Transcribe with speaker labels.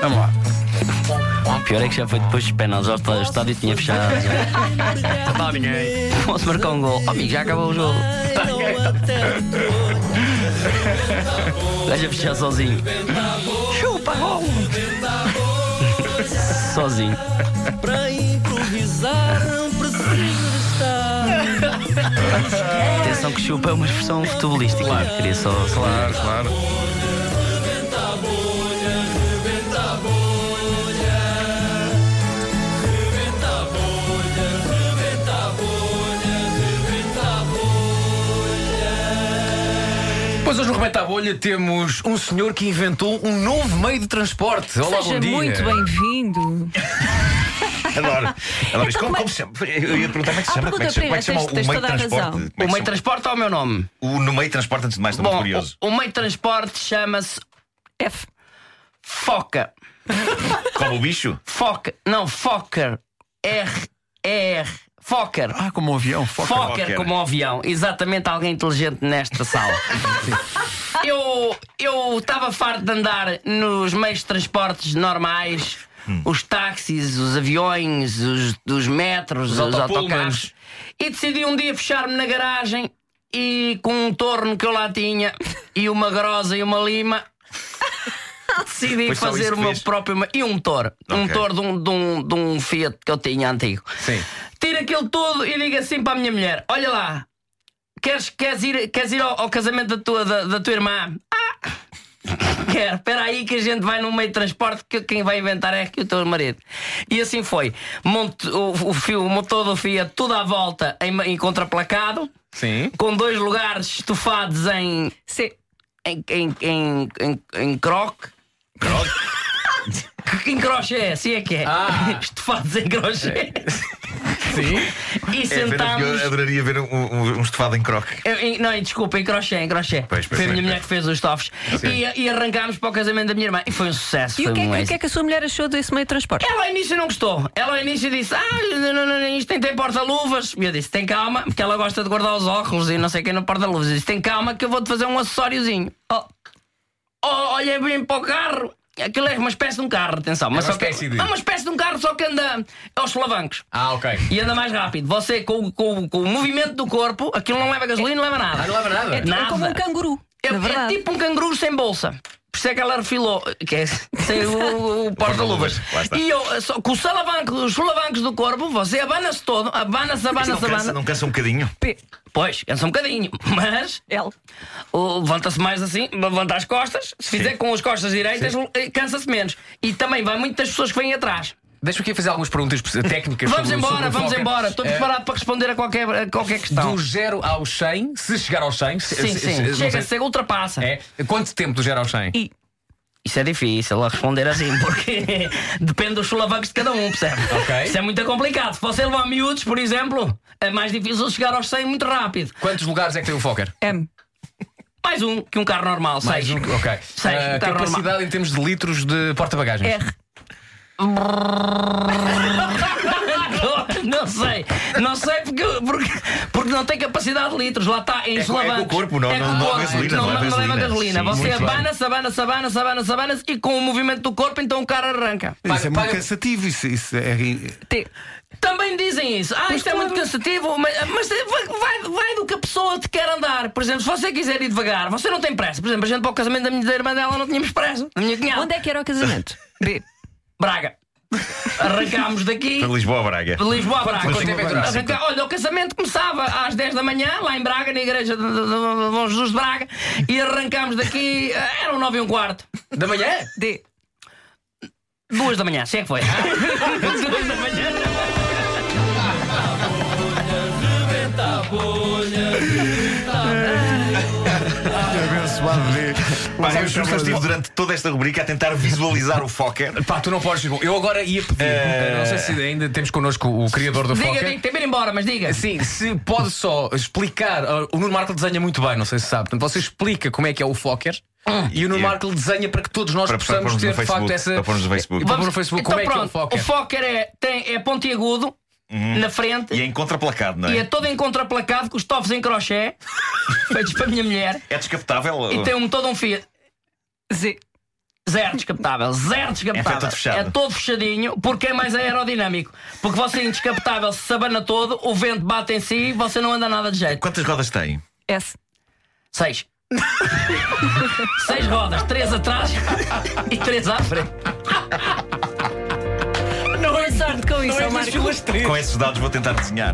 Speaker 1: Vamos lá.
Speaker 2: O pior é que já foi depois de penaltis. O estádio- o estádio tinha fechado. Posso marcar um gol? Oh, amigo, já acabou o jogo. Deixa fechar sozinho. Chupa gol! sozinho.
Speaker 3: Pra improvisar não preciso de estar.
Speaker 2: Atenção que chupa é uma expressão futebolística. Queria só. só-
Speaker 1: Claro, claro. Pois hoje no Rebenta a Bolha temos um senhor que inventou um novo meio de transporte. Olá,
Speaker 4: Seja
Speaker 1: bom dia.
Speaker 4: muito bem-vindo.
Speaker 5: Adoro. Adoro. isto.
Speaker 4: Então,
Speaker 5: como,
Speaker 4: como é-
Speaker 5: como se chama? Eu ia perguntar como é que se
Speaker 4: Ah,
Speaker 5: chama. Como é que se chama, como é que
Speaker 4: pergunta,
Speaker 5: se chama
Speaker 4: tens-
Speaker 5: o meio de
Speaker 4: tens toda a
Speaker 5: transporte?
Speaker 4: razão.
Speaker 5: Como é
Speaker 2: O
Speaker 5: que se
Speaker 2: meio de
Speaker 5: chama?
Speaker 2: transporte ou o meu nome?
Speaker 5: O no meio de transporte, antes de mais, estou muito
Speaker 2: Bom,
Speaker 5: curioso.
Speaker 2: o, o meio de transporte chama-se
Speaker 4: F.
Speaker 2: Foca.
Speaker 5: Como o bicho?
Speaker 2: Foca. Não, Fokker. R. R. Fokker.
Speaker 1: Ah, como um avião, foca.
Speaker 2: Fokker
Speaker 5: Fokker.
Speaker 2: como um avião. Exatamente alguém inteligente nesta sala. eu eu estava farto de andar nos meios de transportes normais.
Speaker 5: Hum.
Speaker 2: Os táxis, os aviões, os, os metros, os,
Speaker 5: autopullmans.
Speaker 2: autocarros. E decidi um dia fechar-me na garagem e com um torno que eu lá tinha e uma grosa e uma lima. Decidi
Speaker 5: Foi só isso
Speaker 2: fazer
Speaker 5: que
Speaker 2: o meu
Speaker 5: fez?
Speaker 2: próprio. ma- E um touro. Um
Speaker 5: Ok.
Speaker 2: touro de um, de, um, de um Fiat que eu tinha antigo.
Speaker 1: Sim.
Speaker 2: Tira aquilo tudo e diga assim para a minha mulher: Olha lá, queres, queres ir, queres ir ao, ao casamento da tua, da, da tua irmã? Ah! Quero, espera aí que a gente vai num meio de transporte que quem vai inventar é que o teu marido. E assim foi. Monte, o, o fio, o motor do Fiat, tudo à volta em, em contraplacado,
Speaker 1: Sim.
Speaker 2: com dois lugares estofados em,
Speaker 4: C.
Speaker 2: em, em, em, em, em croque. Croque? em crochê, assim é que é.
Speaker 1: Ah.
Speaker 2: Estofados em crochê.
Speaker 1: Sim.
Speaker 2: E
Speaker 5: É, ver,
Speaker 2: sentámos.
Speaker 5: eu adoraria ver um, um, um estofado em croque.
Speaker 2: Eu- em- não, em- desculpa, em crochê, em crochê.
Speaker 5: Pois, pois,
Speaker 2: foi a
Speaker 5: pois,
Speaker 2: minha
Speaker 5: pois.
Speaker 2: mulher que fez os tofos. E, e arrancámos para o casamento da minha irmã. E foi um sucesso.
Speaker 4: E
Speaker 2: foi
Speaker 4: o que, é
Speaker 2: um
Speaker 4: que, o
Speaker 2: êxito.
Speaker 4: que é que a sua mulher achou desse meio de transporte?
Speaker 2: Ela ao início não gostou. Ela ao início disse: Ah, não, não, não, isto nem tem porta-luvas. E eu disse: Tem calma, porque ela gosta de guardar os óculos e não sei quem no porta-luvas. Eu disse: Tem calma, que eu vou-te fazer um acessóriozinho. Oh, oh, olha bem para o carro. Aquilo é uma espécie de um carro, atenção. Mas
Speaker 1: uma
Speaker 2: só que-
Speaker 1: espécie de-
Speaker 2: É uma espécie de um carro, só que anda aos solavancos.
Speaker 1: Ah, ok.
Speaker 2: E anda mais rápido. Você, com, o- com o- com o movimento do corpo, aquilo não leva gasolina, não leva nada.
Speaker 1: Ah, não leva nada.
Speaker 2: Então-
Speaker 4: É como um canguru.
Speaker 2: É,
Speaker 4: na
Speaker 2: é
Speaker 4: verdade.
Speaker 2: tipo um canguru sem bolsa. Por isso é que ela refilou, que é sem o, o porta-luvas.
Speaker 5: Lá está.
Speaker 2: E eu, eh, só, com o salavanco, os solavancos do corpo, você abana-se todo, abana-se,
Speaker 5: Mas não
Speaker 2: abana-se,
Speaker 5: cansa,
Speaker 2: abana.
Speaker 5: não cansa um bocadinho.
Speaker 4: P.
Speaker 2: Pois, cansa um bocadinho, mas
Speaker 4: L.
Speaker 2: oh, levanta-se mais assim, levanta as costas. Se fizer com as costas direitas, eh, cansa-se menos. E também vai muito das pessoas que vêm atrás.
Speaker 1: Deixa-me aqui fazer algumas perguntas técnicas.
Speaker 2: Vamos
Speaker 1: sobre- sobre
Speaker 2: embora,
Speaker 1: o
Speaker 2: vamos
Speaker 1: Fokker.
Speaker 2: embora. Estou
Speaker 5: É.
Speaker 1: Eh,
Speaker 2: preparado para responder a qualquer, a qualquer questão.
Speaker 1: Do 0 ao 100, se chegar ao 100, se-
Speaker 2: Então. Sim,
Speaker 1: se- se-
Speaker 2: sim.
Speaker 1: não sei-
Speaker 2: Chega-se, ultrapassa.
Speaker 1: É. Quanto tempo do 0 ao 100?
Speaker 4: I.
Speaker 2: Isso é difícil a responder assim, porque depende dos solavancos de cada um, percebe?
Speaker 1: Ok.
Speaker 2: Isso é muito complicado. Se você levar miúdos, por exemplo, é mais difícil chegar aos 100 muito rápido.
Speaker 1: Quantos lugares é que tem o Fokker?
Speaker 4: M.
Speaker 2: Mais um que um carro normal,
Speaker 1: Mais
Speaker 2: seis.
Speaker 1: um, ok.
Speaker 2: Seis,
Speaker 1: Ah,
Speaker 2: tá normal.
Speaker 1: capacidade em termos de litros de porta-bagagens.
Speaker 4: R.
Speaker 2: não sei, não sei porque, porque, porque não tem capacidade de litros. Lá está em
Speaker 5: É com- é com o
Speaker 2: solavancos.
Speaker 5: corpo, não- não- não há
Speaker 2: corpo,
Speaker 5: gasolina, não há
Speaker 2: leva
Speaker 5: gasolina.
Speaker 2: gasolina.
Speaker 5: Sim,
Speaker 2: Você
Speaker 5: muito bem.
Speaker 2: abana-se, abana-se, abana-se, abana-se, abana-se e com o movimento do corpo, então o cara arranca.
Speaker 1: Paga-
Speaker 6: Isso é muito
Speaker 1: paga-
Speaker 6: cansativo, isso, isso é.
Speaker 4: T.
Speaker 2: Também dizem isso. Ah, isto é muito cansativo, mas, mas vai, vai do que a pessoa te quer andar. Por exemplo, se você quiser ir devagar, você não tem pressa. Por exemplo, a gente para o casamento da minha da irmã dela não tínhamos pressa. Da minha cunhada.
Speaker 4: Onde é que era o casamento? B.
Speaker 2: Braga. Arrancámos daqui.
Speaker 5: Para Lisboa, Braga.
Speaker 2: De Lisboa a Braga.
Speaker 1: Quanto tempo é que duraste?
Speaker 2: Arranca- Olha, o casamento começava às 10 da manhã, lá em Braga, na igreja de de- de- de Bom Jesus de Braga, e arrancámos daqui, eh, eram 9 e um quarto.
Speaker 1: Da manhã?
Speaker 4: D.
Speaker 2: Duas da manhã, se é que foi. Duas da manhã.
Speaker 6: Abençoado
Speaker 5: Pá, eu juro que eu estive durante toda esta rubrica a tentar visualizar o Fokker.
Speaker 1: Pá, tu não podes. Bom, eu agora ia pedir. eh, Não sei se ainda temos connosco o criador do
Speaker 2: Diga,
Speaker 1: Fokker.
Speaker 2: diga, tem que ir embora, mas diga.
Speaker 1: Sim, se pode só explicar. ah, O Nuno Marco desenha muito bem, não sei se sabe. Portanto, você explica como é que é o Fokker
Speaker 2: Hum.
Speaker 1: e o Nuno
Speaker 5: E-
Speaker 1: Marco desenha para que todos nós
Speaker 5: Para- para
Speaker 1: possamos
Speaker 5: pôrmos
Speaker 1: ter
Speaker 5: no
Speaker 1: de facto
Speaker 5: Facebook,
Speaker 1: essa.
Speaker 5: para pôrmos no Facebook.
Speaker 1: Para pôr no Facebook,
Speaker 2: Então
Speaker 1: como é que é o
Speaker 2: pronto,
Speaker 1: Fokker? Uhum.
Speaker 2: é, tem, é pontiagudo na frente
Speaker 5: E
Speaker 2: e
Speaker 5: é
Speaker 2: é,
Speaker 5: em contraplacado, não é?
Speaker 2: todo em contraplacado com os tofos em crochê, feitos para a minha mulher,
Speaker 1: Oh.
Speaker 5: É descapotável.
Speaker 2: e tem um, todo um Fiat.
Speaker 4: Z.
Speaker 2: um Zero descapotável, zero descapotável.
Speaker 5: É todo fechado.
Speaker 2: todo fechadinho, porque é mais aerodinâmico. Porque você em descapotável se sabana todo, o vento bate em si e você não anda nada de jeito.
Speaker 5: Quantas rodas tem?
Speaker 4: S.
Speaker 2: Seis. Seis rodas, três atrás e três à frente.
Speaker 4: Boa sorte com isso,
Speaker 1: Não é
Speaker 4: Marco.
Speaker 1: pelas três.
Speaker 4: é
Speaker 5: Com esses dados vou tentar desenhar.